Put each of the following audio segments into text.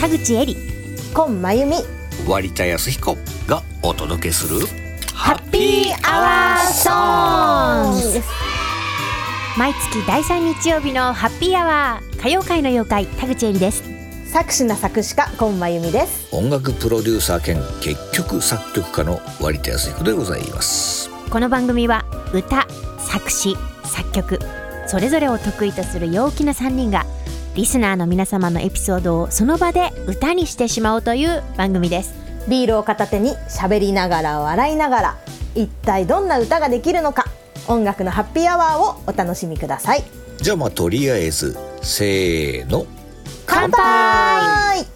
田口恵里コンマユミ割田康彦がお届けするハッピーアワーソング毎月第3日曜日のハッピーアワー歌謡界の妖怪田口恵里です作詞な作詞家コンマユミです音楽プロデューサー兼結局作曲家の割田康彦でございますこの番組は歌作詞作曲それぞれを得意とする陽気な3人がリスナーの皆様のエピソードをその場で歌にしてしまおうという番組ですビールを片手に喋りながら笑いながら一体どんな歌ができるのか音楽のハッピーアワーをお楽しみくださいじゃあまあとりあえずせーの乾杯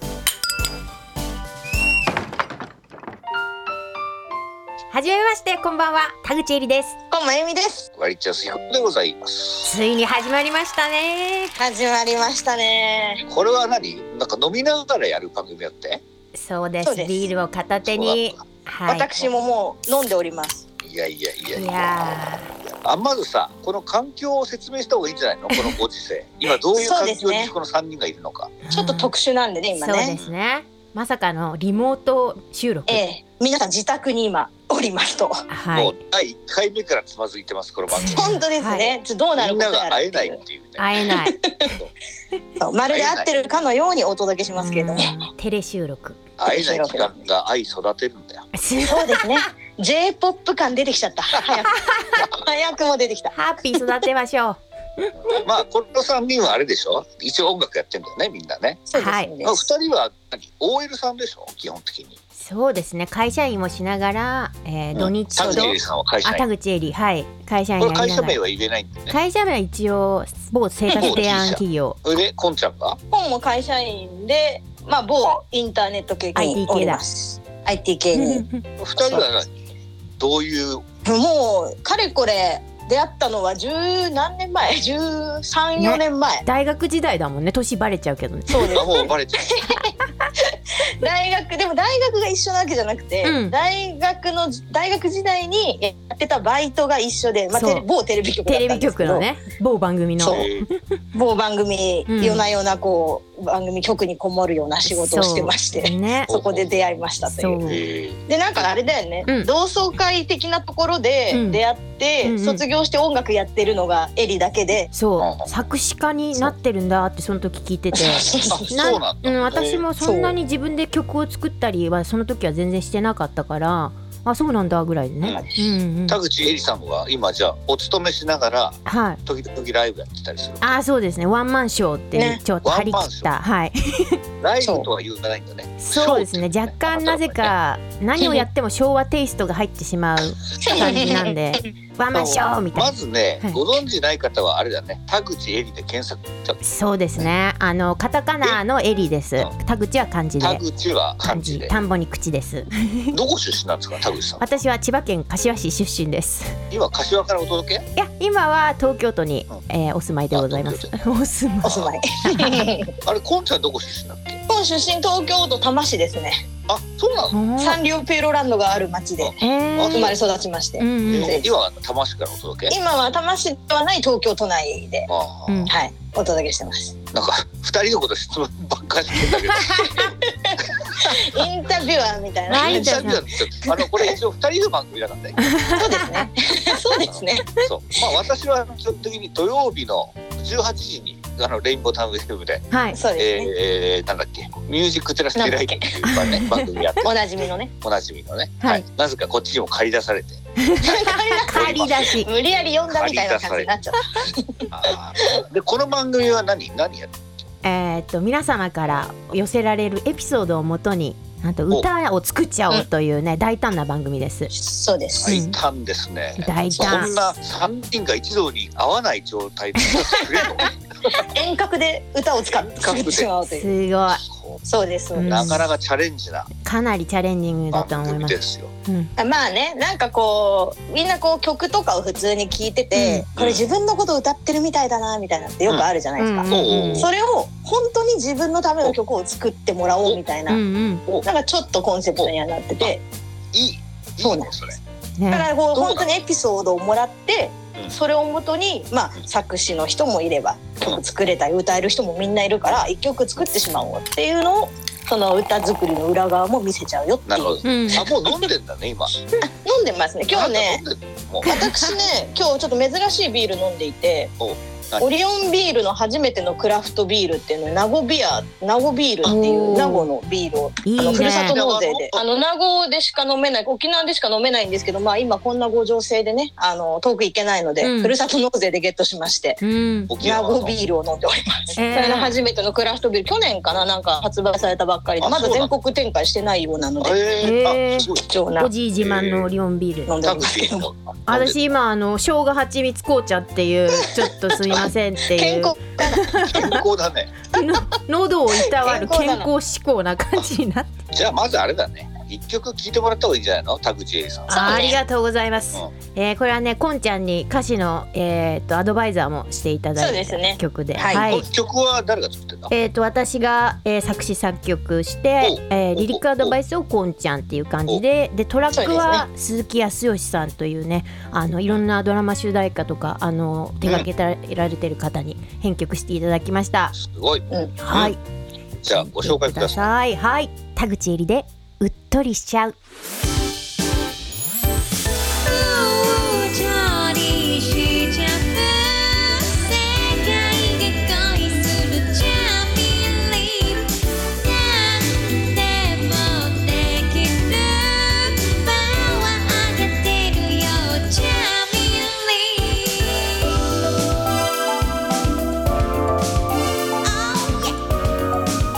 はじめましてこんばんは田口恵里ですコンマユミです割田康彦でございますついに始まりましたね始まりましたねこれは何なんか飲みながらやる番組やってそうですそうですビールを片手にそうはいももう飲んでおりますいやいやいやいいややあまずさこの環境を説明した方がいいんじゃないのこのご時世今どういう環境にこの三人がいるのか、ー殊なんでねそうですねまさかのリモート収録、ええ、皆さん自宅に今おりますと。はもいう第一回目からつまずいてますこの番組本当ですね。ちょっとどうなるみんことなやがらっ会てえないいっう。ていうね会えないそうまるで会ってるかのようにお届けしますけれども。うんテレ収録 会えない時間が愛育てるんだよそうですね。J-POP 感出てきちゃった。早く 早くも出てきた。ハッピー育てましょうまあこの三人はあれでしょ一応音楽やってんだよねみんなねそうですはねい。まあ二人は何 OL さんでしょ基本的にそうですね会社員もしながら、えー、土日田と、口エリさんは会社あ田員口恵里はい会社員こやれりな会社が名らは入れないんだよね会社名は一応某生活提案企業それでこんちゃんが本も会社員で、まあ、某インターネット系に IT お系りだます。 IT 系に。二人はどういうもうかれこれ出会ったのは十何年前十三ね四年前、 大学時代だもんね年バレちゃうけどねそうですあもうバレちゃう大学でも大学が一緒なわけじゃなくて、うん大学の大学時代にやってたバイトが一緒で、まあ、そうテレ某テレビ局だっテレたんビですけ局どのね某番組のそうえー某番組、うん夜な夜なこう番組局にこもるような仕事をしてましてねそそうこで出会いましたというそうえーでなんかあれだよね、うん同窓会的なところうんで出会って、うんうん卒業して音楽やってるのがエリだけで、そううん作詞家になってるんだってその時聞い ててあそうなんうだん、私もそんなそうに自分で曲を作ったりはその時は全然してなかったからあそうなんだぐらいでね、うんうん田口エリさんは今じゃあお勤めしながらはい時々ライブやってたりするあそうですねワンマンショーっていうねちょっと張り切った、ワはいライブとは言わないんだねそうですね若干なぜか何をやっても昭和テイストが入ってしまう感じなん でワンマンショーみたいまなずね、はいご存知ない方はあれだね田口エリで検索そうですねあのカタカナのエリですう田口は漢字田で口は漢漢字字で田んぼに口ですどこ出身なんですか田口さん私は千葉県柏市出身です今柏からお届けいや今は東京都にう、えーお住まいでございます。 お住まいお住まい。あれこんちゃんどこ出身だっけ本出身東京都多摩市ですね。あそうなの、おー。サンリオペロランドがある町でえあ生そうーまれ育ちまして、うんうんえ今は多摩市からお届け今は多摩市ではない東京都内で、ああ、うんはい、お届けしてます。なんか二人のこと質問ばっかりしてんだけどインタビュアーみたいはな。いめちゃくちゃになっちゃったあのこれ一応二人の番組だから ねそうですね。 そうですね。そうまあ私は基本的に土曜日の18時にあのレインボータウンウェブで、はい。 そうですね。えーえーなんだっけミュージックテラスデライトって いう番,、ね、番組やっておなじみのね。おなじみのね、はいはいなぜかこっちにも借り出されて借り出し。無理やり読んだみたいな感じになっちゃった。あーでこの番組は何何やって えーっと皆様から寄せられるエピソードをもとに、なんとお歌を作っちゃおうというね大胆な番組です。そうです。いたんですね、大こ胆ん。な三人が一堂に合わない状態で歌ってくれるの遠隔で歌を使って作ってしまうとすいう。ごい。こそうです。そううですなかなかチャレンジなかなりチャレンジングだと番思い組ます。ですよ。うん。まあねなんかこうみんなこう曲とかを普通に聴いてて、うんこれ自分のこと歌ってるみたいだなみたいなのってよくあるじゃないですか、うんおうおうそれを本当に自分のための曲を作ってもらおうみたいな、うんうん。なんかちょっとコンセプトにはなってていいいそいうなんねですそれ。だね。からこうどうなの本当にエピソードをもらってうんそれをもとに、まあ、作詞の人もいれば曲作れたり歌える人もみんないるから一曲作ってしまおうっていうのをその歌作りの裏側も見せちゃうよってないるうほど。うんあもう飲んでんだね今。飲んでますね今日ねあなた飲んでんのもう私 ね今日ちょっと珍しいビール飲んでいてお何オリオンビールの初めてのクラフトビールっていうの名護ビア名護ビールっていう名護のビールをいあのいふるさとね納税であの名護でしか飲めない沖縄でしか飲めないんですけどまあ今こんなご情勢でねあの遠く行けないので、うんふるさと納税でゲットしましてうん沖名縄の護ビールを飲んでおります、えーそれが初めてのクラフトビール去年かななんか発売されたばっかりであまだそうな全の国展開してないようなのでえー、えーあすごい。貴重なおじい自慢のオリオンビール、飲んでおりますけども私今あの生姜蜂蜜紅茶っていうちょっとすみませんってい 健う康健康だね。の喉をいたわる健健康なの康志向な感じになってじゃあまずあれだね。一曲聞いてもらった方がいいんじゃないの？田口英里さん。あありがとうございます、うんえーこれはねこんちゃんに歌詞の、えー、とアドバイザーもしていただそうでいすねた曲ではいはい曲は誰が作ってんの？えー、と私が、えー作詞作曲してお、えーリリックアドバイスをこんちゃんっていう感じででトラックは鈴木康義さんというねあのいろんなドラマ主題歌とかあの手がけたられてる方に編曲していただきました。すごい。はい、じゃあご紹介ください。い。はい、田口えりでうっとりしちゃう。Oh, 調理しちゃう世界で恋するチャピリなんでもできるパワー上がってるよチャピリ Oh yeah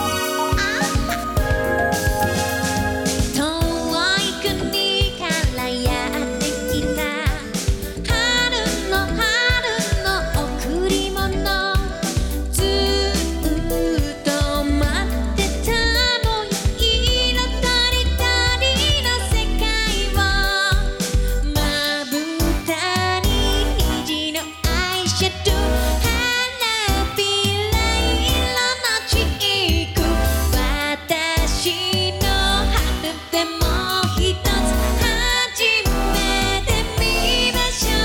「遠い国からやってきた」「春の春の贈り物」「ずっと待ってたのよ」「色とりどりの世界を」「まぶたに虹のアイシャドウ」「花びら色のチーク」「私の春でもひとつ初めて見ましょう」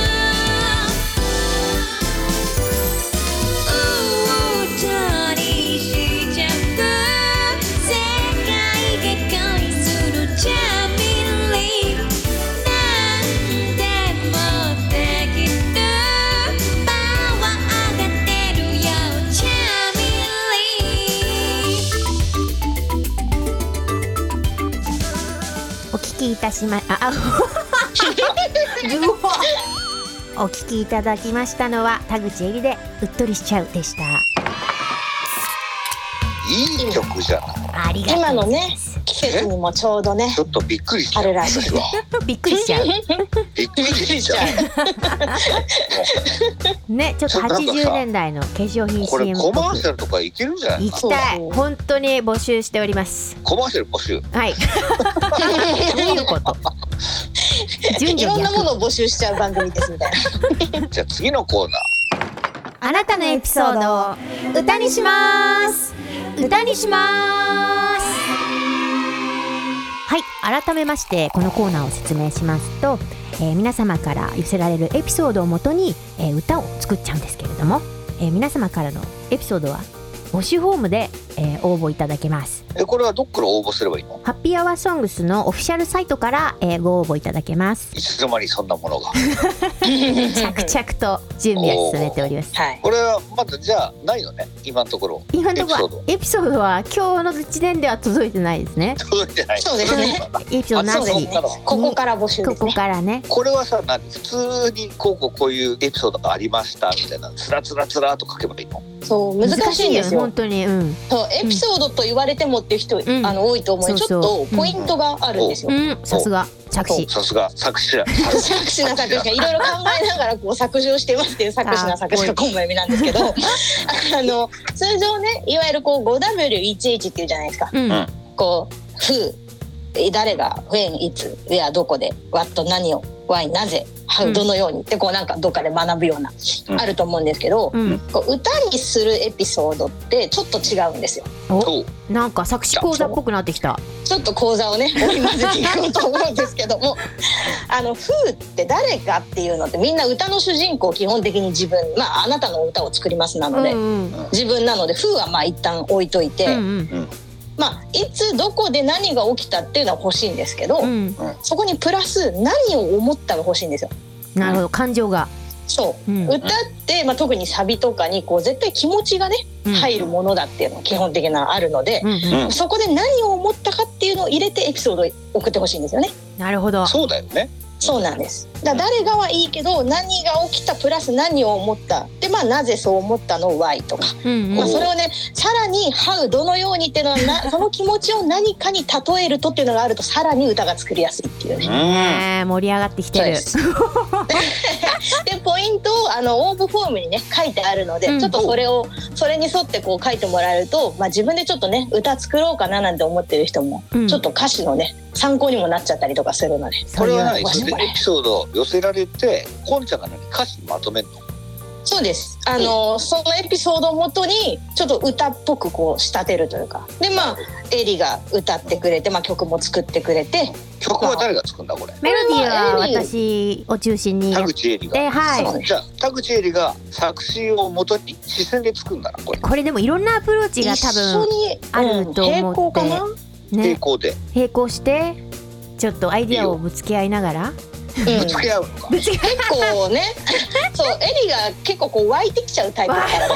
「うっとりしちゃう」「世界で恋するチャミリー」「なんでもできる」「パワー上がってるよチャミリー」お聞きいたしまああ うわお聞きいただきましたのは田口えりでうっとりしちゃうでした。いい曲じゃない。ありがとうございます 今のね季節にもちょうどねちょっとびっくりしちゃう。あれらしい私はびっくりしちゃう。びっくりしちゃう。ね、ちょっとちょっとなんかさ80年代の化粧品これ CM っぽコくマーシャルとかいけるんじゃない行の？きたいそう本当に募集しておりますコマーシャル募集。はい どういうこと順い序ろんなも逆のを募集しちゃう番組ですみたいな。じゃあ次のコーナー。あなたのエピソードを歌にします歌にしますはい改めましてこのコーナーを説明しますと、えー皆様から寄せられるエピソードをもとに、えー歌を作っちゃうんですけれども、えー皆様からのエピソードは募集フォームで、えー応募いただけますえこれはどっから応募すればいいの？ハッピーアワーソングスのオフィシャルサイトから、えーご応募いただけます。いつの間にそんなものが。着々と準備を進めております。はい。これはまだじゃあないよね。今のところ今のとこエピソろエピソードは今日の時点では届いてないですね。届いてない。そうですねエピソードなあそうしです、ねここから募集でこすこね。からね。これはさ何普通にこうこうこういうエピソードがありましたみたいなつらつらつらと書けばいいのそう難しいんです難よ本。当に、うん、そうエピソードと言われてもっていう人、んあの多いと思そうう。そうちょっとポイントがあるんですよ。うん、さすが着手。さすが作詞者作詞作詞な作詞がいろいろ考えながらこう作詞をしてますっていう作詞な作詞が今回なんですけどあの通常ねいわゆるこう 5W11 っていうじゃないですかうん、うんこう「who」え誰が「when」いつ「where」どこで「what」何を「why」なぜ「う how」んどのようにってこうなんかどっかで学ぶような、うんあると思うんですけど、うん、こう歌にするエピソードってちょっと違うんですよ。そうなんか作詞講座っぽくなってきた。ちょっと講座をね織り交ぜていこうと思うんですけ ども「あの Who」って誰かっていうのってみんな歌の主人公基本的に自分まああなたの歌を作りますなうのん、うで、ん、自分なので「Who」はまあ一旦置いといて、うん、うん、まあ、いつどこで何が起きたっていうのは欲しいんですけど、うん、そこにプラス何を思ったが欲しいんですよ。なるほど感情が、そうう、ん歌って、まあ、特にサビとかにこう絶対気持ちがねうん入るものだっていうのが基本的なあるので、うんうんうんそこで何を思ったかっていうのを入れてエピソードを送ってほしいんですよね。なるほどそうだよね。そうなんです。だから誰がはいいけど何が起きたプラス何を思ったでまあなぜそう思ったの why とか、うんうんまあ、それをねさらに how どのようにっていう のはなその気持ちを何かに例えるとっていうのがあるとさらに歌が作りやすいっていうね。うん。ねえ盛り上がってきてそうるで。す でポイントをあの応募フォームにね書いてあるので、うんちょっとそれをそれに沿ってこう書いてもらえると、まあ、自分でちょっとね歌作ろうかななんて思ってる人も、うんちょっと歌詞のね参考にもなっちゃったりとかするのでこれは何？わしそれでエピソードを寄せられて、こんちゃんが何歌詞にまとめるの？そうですあのそのエピソードをもとにちょっと歌っぽくこう仕立てるというかでまあエリが歌ってくれて、まあ、曲も作ってくれて曲は誰が作るんだこれ？メロディーはこれはエ私を中心にや田っ口絵理が。て、はそい。うじゃあ田口絵理が作詞を元に視線で作るんだなこれ。これでもいろんなアプローチが多分にあると思ってうん平行かな、平ね行で並行してちょっとアイディアをぶつけ合いながら、うんぶつけ合うのか。ぶつけ合結構 ねそうエリが結構こう湧いてきちゃうタイプだから ねわ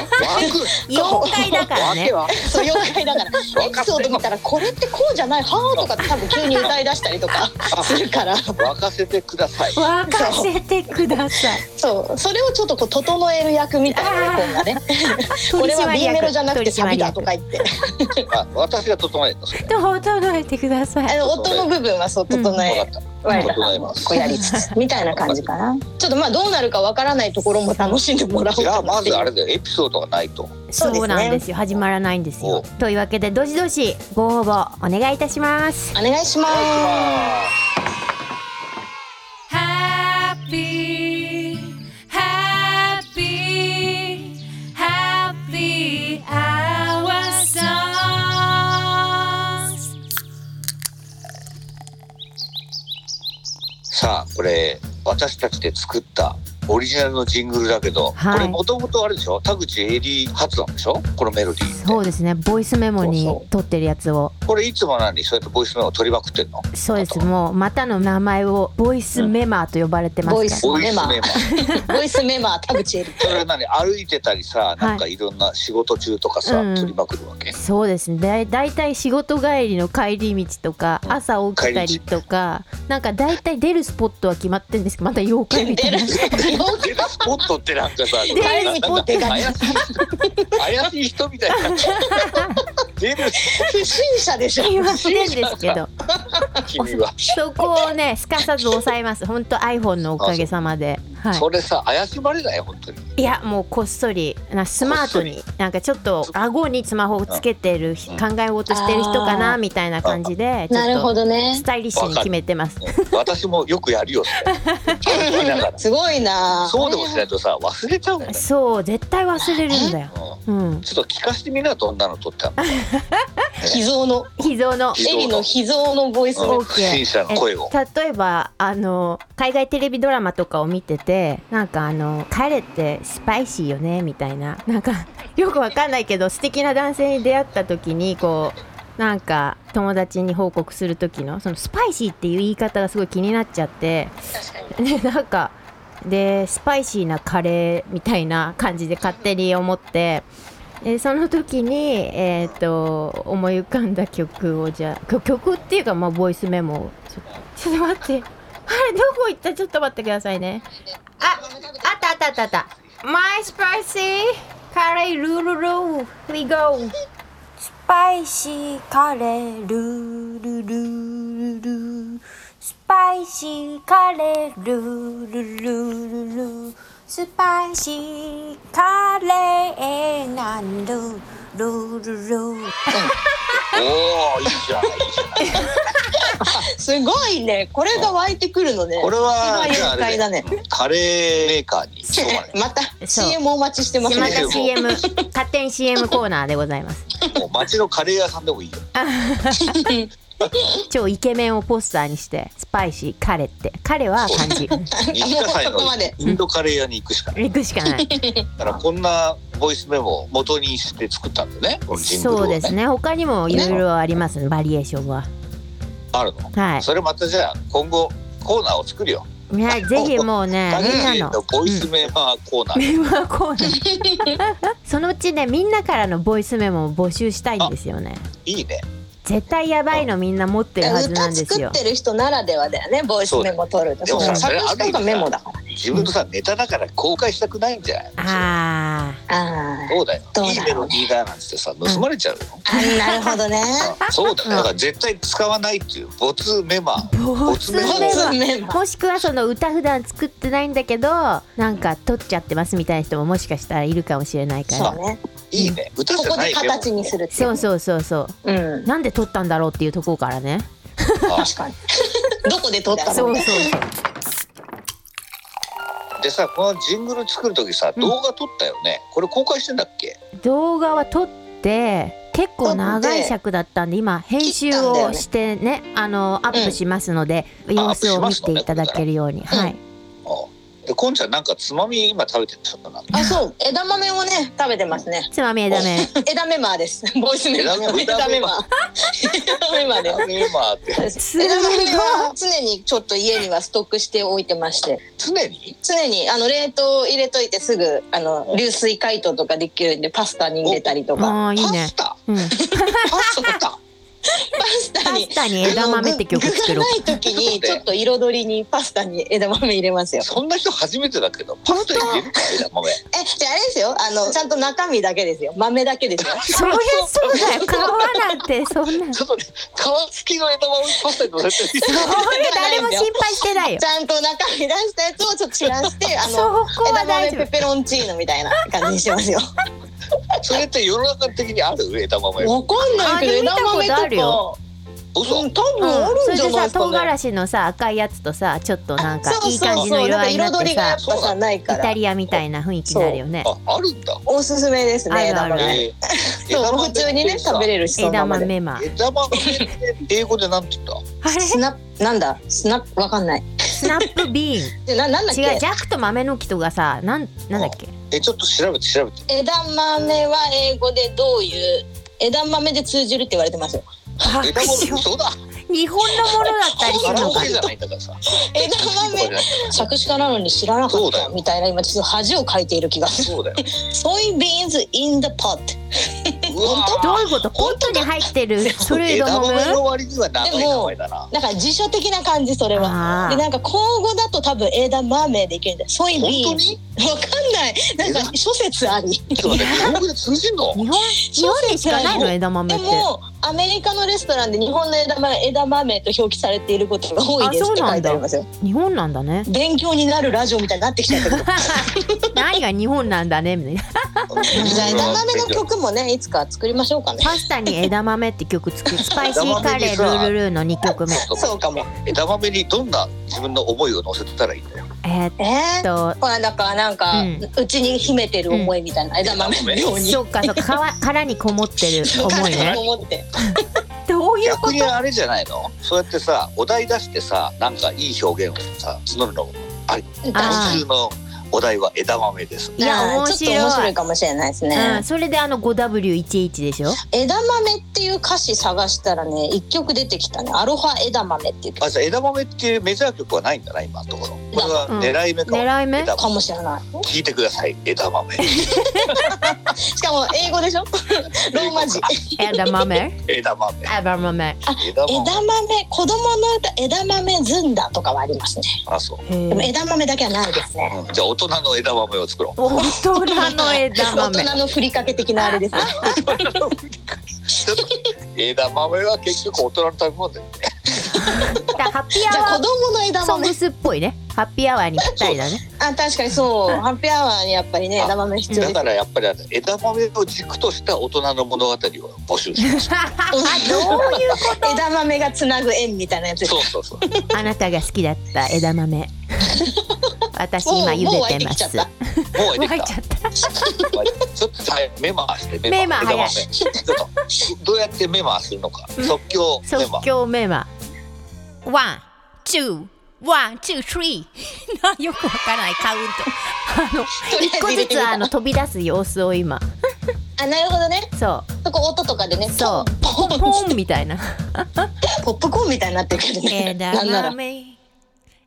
妖怪だからね。わけはそう妖怪だから エピソード見たらこれってこうじゃないはあとかって多分急に歌い出したりと かするから沸かせてください。任せてください。そうそれをちょっとこう整える役みたいなね今がねこ取れは締 B メロ役じゃなくて取サ締ビだ役とか言ってあ、私が整えるのそれ。と整えてくださあい。の音の部分はそう整わえかった。我ら整えがますこうやりつつみたいな感じかなちょっとまあどうなるかわからないところも楽しんでもらおうじゃあかなまっていずうあれだよエピソードがないと。そうですねそうなんですよ。始まらないんですよお。というわけでどしどしご応募お願いいたします。お願いしますハッピーハッピーハッピーアワーソングさあこれ私たちで作ったオリジナルのジングルだけど、はいこれもともとあれでしょ田口エリ発音でしょこのメロディーってそうですね。ボイスメモにそうそ取ってるやつを。これいつも何そうやってボイスメモ取りまくってんのそうです。もうまたの名前をボイスメマーと呼ばれてますから。ボイスボイスメモメモボイスメモは田口エリそれは何歩いてたりさなんかいろんな仕事中とかさ、うん取りまくるわけそうですねだいだいたい仕事帰りの帰り道とか朝起きたりとかなんかだいたい出るスポットは決まってるんですけどまた妖怪みたい出なる妖出るスポットってなん かさ出るスポットなんか怪しい怪しい人みたいな出るス不審者 でしょ言わせるんですけ どポット君は、そこをねすかさず抑えます本当 iPhone のおかげさまで、はそれさ怪しまれない本当にい、いやもうこっそりなスマートになんかちょっと顎にスマホをつけてるうん考え事してる人かなあーみたいな感じでちなるょほっとどねスタイリッシュに決めてますうん私もよくやるよそれやりながらすごいなあそうでもしないとさ忘れちゃうんだよ、そう絶対忘れるんだよ、ううんん、、ちょっと聞かしてみなどんなの撮 ったの秘蔵の秘蔵のエリの秘蔵のボイスメうモん不審者の声をえ例えばあの海外テレビドラマとかを見ててなんかあの彼ってスパイシーよねみたいななんか よくわかんないけど素敵な男性に出会った時にこうなんか友達に報告する時のそのスパイシーっていう言い方がすごい気になっちゃって確かに ねなんかでスパイシーなカレーみたいな感じで勝手に思ってでその時に、えー、と思い浮かんだ曲をじゃあ曲曲っていうか、まあ、ボイスメモをちょちょっと待ってあれどこ行ったちょっと待ってくださいねああったあったあったあった「My spicy カレールールルー we go スパイシーカレールールルルルースパイシーカレールールルルルースパイシーカレーなんルールールルーおおいいじゃんいいじゃんすごいねこれが湧いてくるのねこれは一じゃあ番あ妖怪だれねカレーメーカーにしょうがないまたそう CM お待ちしてますまねた CM 勝手に CM コーナーでございますもう街のカレー屋さんでもいいよ超イケメンをポスターにしてスパイシー彼って彼は漢字西葛西もうそこまのでインドカレー屋に行くしかない。行くしかないだからこんなボイスメモを元にして作ったんでね。このジングルをそうです。ね他にもいろいろありますねバリエーションはあるの。はいそれまたじゃあ今後コーナーを作るよ。ね、ぜひもうねタ、みゲんなのの。ボイスメモコーナー。メモコーナー。 そのうちね、みんなからのボイスメモを募集したいんですよね。いいね。絶対やばいのみんな持ってるはずなん歌です作よっ。てる人ならではだよねボイスメモ取るとでもそうさそ作れある詞意味とさかメモだから自分のさネタだから公開したくないんじゃない。ああそうだよど。うだろういいメロディーだなんつってさ盗まれちゃうよ。あーなるほどねあそうだね。だから絶対使わないっていう没メマ。あ、没メボモ。メモもしくはその歌普段作ってないんだけど、なんか取っちゃってますみたいな人ももしかしたらいるかもしれないかそうら。ねいいね。歌こじゃこなでいメモ。形にするっていそうう、そうそうそうんう。、なんで取ったんだろうっていうところからね。あ確 かにどこで撮ったそのうそうそう。でさこのジングル作る時さうん動画撮ったよね。これ公開してんだっけ？動画は撮って結構長い尺だったんで今編集をしてねあのアップしますので、様子を見ていただけるように、しますはいあでこんちゃんなんかつまみ今食べてるちょっとなんか。あそう枝豆をね食べてますねつまみ枝め枝メマー ですボイスメモ枝メ枝メマー枝メマーですラーメンマーってすごい枝豆は常にちょっと家にはストックしておいてまして常に常にあの冷凍入れといてすぐあの流水解凍とかできるんでパスタに入れたりとかあーいいパねス、タうん、パスタパスタパにスタに枝豆って曲作 ろう具がない時にちょっと彩りにパスタに枝豆入れますよそんな人初めてだけどパスタ入れるか枝 豆えじゃああれですよあのちゃんと中身だけですよ豆だけですよ そりゃそうだよ皮なんてそんなちょっとね皮付きの枝豆パスタに乗せて誰も心配してないよちゃんと中身出したやつをちょっと散らしてあそのこは枝大豆丈ペペロンチーノみたいな感じにしてますよそれって世の中的にある枝豆 わかんないけどあでも見枝たこと豆とかあるよ嘘うん多分あ夫、うん、そるんれじゃでないさですか唐ね、辛子のさ赤いやつとさちょっとなんかそういいそう感そうじの色合いになっんかて彩りがやさっぱさないかイタらリアみたいな雰囲気になるよねああるんだ、おすすめですねあ枝るある豆えーそう普通にね食べるれるしその枝ままで豆マ枝豆って英語でなんて言ったあれスナなんだスナわかんないスナップビーンでななんだっけ違うジャックと豆の木とがさなんなんだっけえちょっと調べて調べて枝豆は英語でどういう枝豆で通じるって言われてますよ枝豆そうだ日本のものだったりすカるラのオかケじゃないんだからさ枝豆作詞家なのに知らなかそうっだたよみたいな今ちょっと恥をかいている気がする そうだよソイビーンズイン the pot うわーどういうことポットに入ってるそれ枝枝豆豆の割には長い名前だな。なんか辞書的な感じそれあーはでなんか口語だと多分枝豆でいけるんだよソイビ本ー当ンに？わかんないなんか諸説ありちょっと待って日本語で通じんの？日本日本でしかないの枝豆でってもアメリカのレストランで日本の枝豆枝豆と表記されていることが多いですあそうって書なんいてだありますよ日本なんだ ね勉強になるラジオみたいになってきちゃったけど何が日本なんだねみたいなじゃあ枝豆の曲もねいつか作りましょうかねパスタに枝豆って曲作るスパイシーカレールルルーの2曲目そうかも枝豆にどんな自分の思いを乗せてたらいいんだよ。えーっえー、とこれだからなんか、ううんちに秘めてる思いみたいな、枝豆のようにそっかそっか皮 殻にこもってる思いね思ってどういうこ逆とにあれじゃないの？そうやってさお題出してさなんかいい表現をさ募るのもあり。あ今週のお題は枝豆です。いやあー面ちょっと面白白いいかもしれないですね、うん、それであの 5W11 でしょ枝豆っていう歌詞探したらね一曲出てきたねアロハ枝豆っていう曲あじゃあ枝豆っていうメジャー曲はないんだな今のところ。これは狙い目かも。狙い目枝か豆もしれない聞いてください枝豆。しかも英語でしょローマ字枝豆枝豆。枝豆枝枝豆。豆子供の歌枝豆ずんだとかはありますねあそう。へでもー枝豆だけはないですねうんじゃあ大人の枝豆を作ろう。大人の枝大豆人のふりかけ的なあれですね 枝豆は結局大人の食べ物だよね。だハッピーじゃアあワ子供の枝ーソン豆グスっぽいねハッピーアワーにぴったりだねあ確かにそうハッピーアワーにやっぱりねあ枝豆必要だですからやっぱりあの枝豆を軸とした大人の物語を募集します。 どういうこと枝豆がつなぐ縁みたいなやつですそうそうそう。あなたが好きだった枝豆私今茹もう湧でていてまきちゃっすた。もう湧出いてちきゃた。ったちょっとはい目回して目回回してちょっとどうやって目回するのか。即興目即回。興メンバーワンツーワンツースリー よくわからないカウントあのとり一あえ個ず入ずれてみつたあの飛び出す様子を今あなるほどねそ そこ音とかでねうそうポンポンポンみたいなポップコーンみたいになってるけどね枝なんなら豆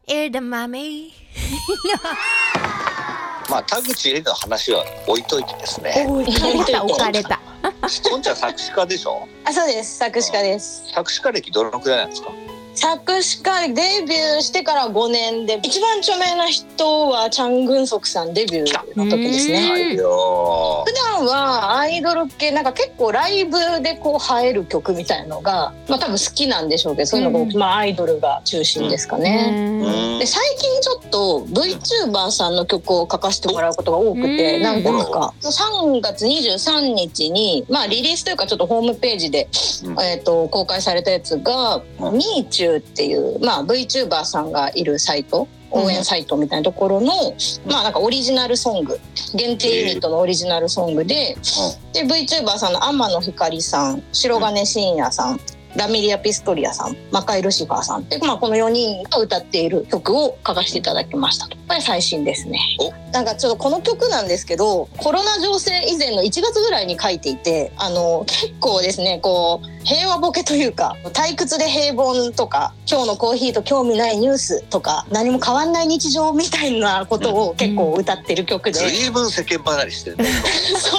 枝豆まあ田口絵里の話は置いといてですね。置かれた置かれたこんちゃん作詞家でしょ。あそうです作詞家です作詞家歴どのくらいなんですか。作詞家デビューしてから5年で一番著名な人はチャン・グンソクさんデビューの時ですうんねはいよ普段はアイドル系なんか結構ライブでこう映える曲みたいのがまあ多分好きなんでしょうけどそういうのが、うんまあアイドルが中心ですかね、ー。うんで最近ちょっと VTuber さんの曲を書かせてもらうことが多くて、うんなんか3月23日に、まあ、リリースというかちょっとホームページで、うんえー、と公開されたやつが「うん MeToo」っていう、まあ、VTuber さんがいるサイト応援サイトみたいなところの、まあなんかオリジナルソング限定ユニットのオリジナルソングで、で VTuber さんの天野ひかりさん白金信也さん、ラミリア・ピストリアさんマカイ・ルシファーさんって、まあ、この4人が歌っている曲を書かせていただきましたとこれ最新ですねおなんかちょっとこの曲なんですけどコロナ情勢以前の1月ぐらいに書いていてあの結構ですねこう平和ボケというか退屈で平凡とか今日のコーヒーと興味ないニュースとか何も変わんない日常みたいなことを結構歌ってる曲で、ずいぶん世間離れしてるね。そ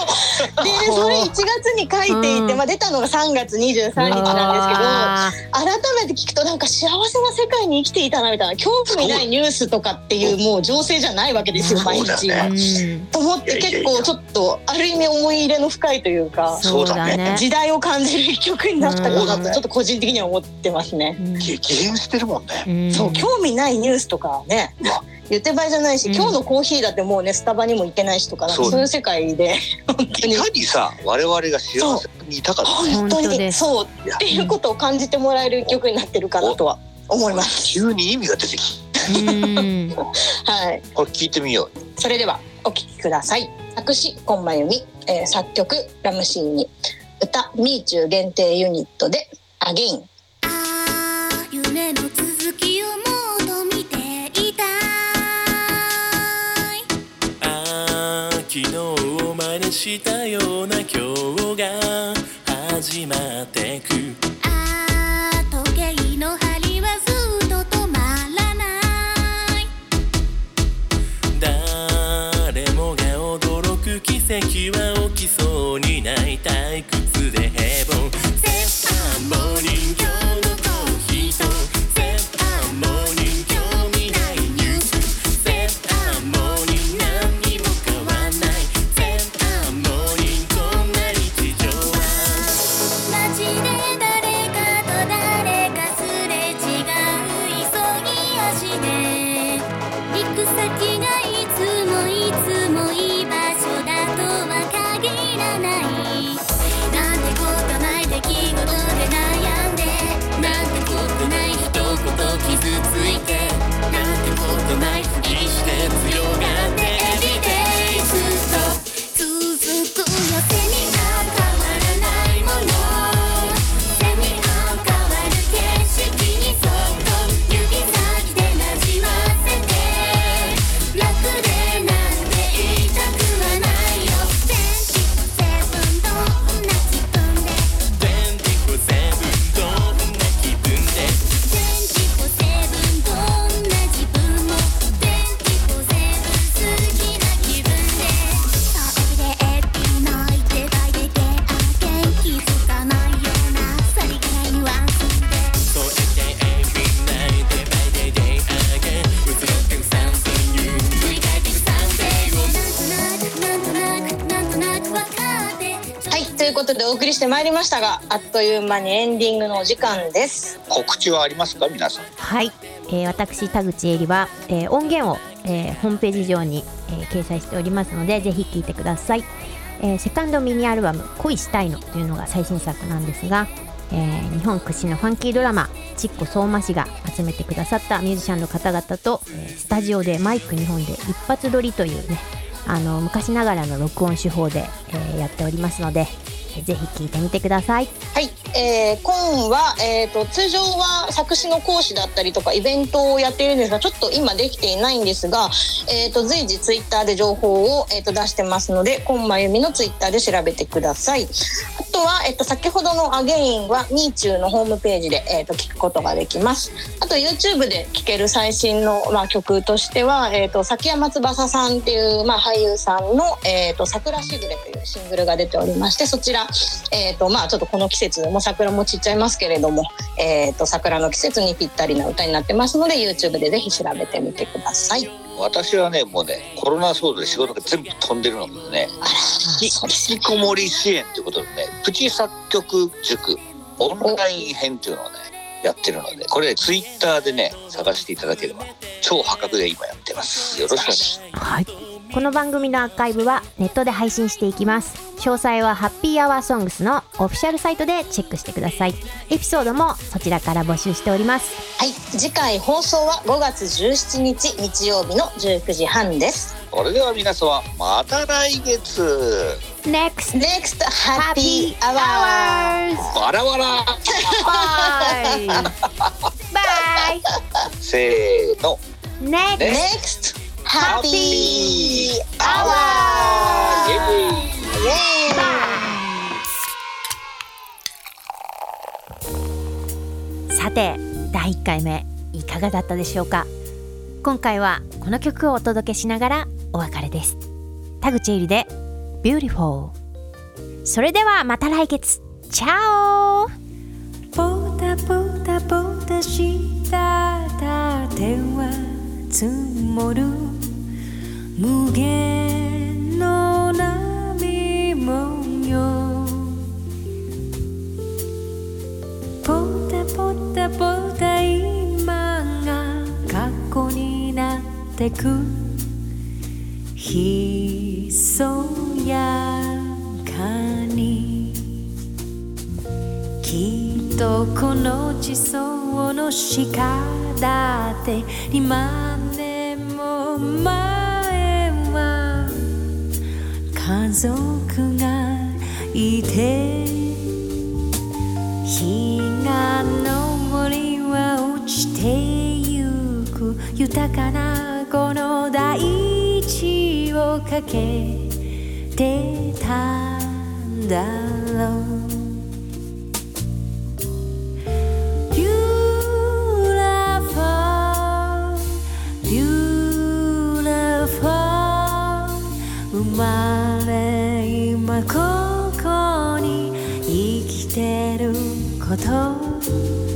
う。で、それ1月に書いていて、うんまあ出たのが3月23日なんですあけど、改めて聞くとなんか幸せな世界に生きていたなみたいな、興味ないニュースとかっていうもう情勢じゃないわけですよ、そう毎だ日ねが。ーうんと思って結構ちょっとある意味思い入れの深いというか、そうだそうだね時代を感じる一曲になったかなうんとちょっと個人的には思ってますね。うん激変してるもんね。うんそう興味ないニュースとかねうわ言ってる場合じゃないし、うん今日のコーヒーだってもうねスタバにも行けないしとかなんかそうそういう世界で本当いにかにさ我々が幸せにいたかって本当本当でにすそういやっていうことを感じてもらえる曲になってるかなとは思います。急に意味が出てきてうんはい、これ聞いてみようそれではお聴きください。作詞コンマユミ、えー作曲ラムシーニ、歌ミーチュー限定ユニットでアゲイン。ああ夢の続きをもっと見ていたいああ昨日を真似したような今日が始まってくああ時計の針はずっと止まらない誰もが驚く奇跡は起きそうにない退屈で平凡セッパーモーニング今日のコーヒーとセッパーモーニング興味ないニュースセッパーモーニング何にも変わんないセッパーモーニングこんな日常は街で誰かと誰かすれ違う急ぎ足で行く先がいつもいつも居場所だとは限らないなんてことない出来事で悩んでなんてことない一言傷ついてなんてことないふりして強がってエビデイずっと「続くよ背には変わらないもの」「背には変わる景色にそっと指先でなじませて」「楽でなんて言いたくはないよ」「全身セブンどんな気分で」全自己全部どんな気分「で全自己セブンどんな自分も」「全自己セブン好きな気分で」「それでエピナイトバイでゲー元気づかないようなさりげないニュアンスで」 So every day, every night, day by day, day again. We're looking something new. We got this something. 「なんとなくなんとなくなんとなくわかって」はい、ということでお送りしてまいりましたが、あっという間にエンディングのお時間です。告知はありますか皆さんはい、えー私田口恵里は、えー音源を、えーホームページ上に、えー掲載しておりますのでぜひ聴いてください、えーセカンドミニアルバム「恋したいの」というのが最新作なんですが、えー日本屈指のファンキードラマ「ちっこ相馬氏」が集めてくださったミュージシャンの方々と、えースタジオでマイク2本で一発撮りというねあの昔ながらの録音手法で、えーやっておりますので、えーぜひ聴いてみてください。はい、えー、今は、えー、と通常は作詞の講師だったりとかイベントをやっているんですがちょっと今できていないんですが、えー、と随時ツイッターで情報を、えー、と出してますので今真由美のツイッターで調べてくださいあとは、えー、と先ほどの「アゲインは「ニーチューのホームページで、えー、と聞くことができますあと YouTube で聴ける最新の、まあ、曲としては、えー、と崎山翼さんっていう、まあ、俳優さんの「えー、と桜しぐれ」というシングルが出ておりましてそちら、えーとまあ、ちょっとこの季節もう桜も散っちゃいますけれども、えー、と桜の季節にぴったりな歌になってますので YouTube でぜひ調べてみてください。私はねもうねコロナ騒動で仕事が全部飛んでるのでね引きこもり支援ということでねプチ作曲塾オンライン編というのをねやってるのでこれツイッターでね探していただければ超破格で今やってますよろしくお願いしますはい、この番組のアーカイブはネットで配信していきます詳細はハッピーアワーソングスのオフィシャルサイトでチェックしてくださいエピソードもそちらから募集しておりますはい、次回放送は5月17日日曜日の19時半です。それでは皆様また来月 NEXT NEXT Happy Hour! バラバラバイバイせーの NEXT NEXT Happy Hour! イエイ Hour! さて第1回目いかがだったでしょうか今回はこの曲をお届けしながらお別れです田口絵里で「Beautiful」それではまた来月チャオぼたぼたぼたした盾は積もる無限の波もよぼたぼたぼた今が過去になってくひそやかにきっとこの地層の鹿だって今でも前は家族がいて日が昇りは落ちてゆく豊かなこの大地をかけてたんだろう Beautiful, beautiful 生まれ今ここに生きてること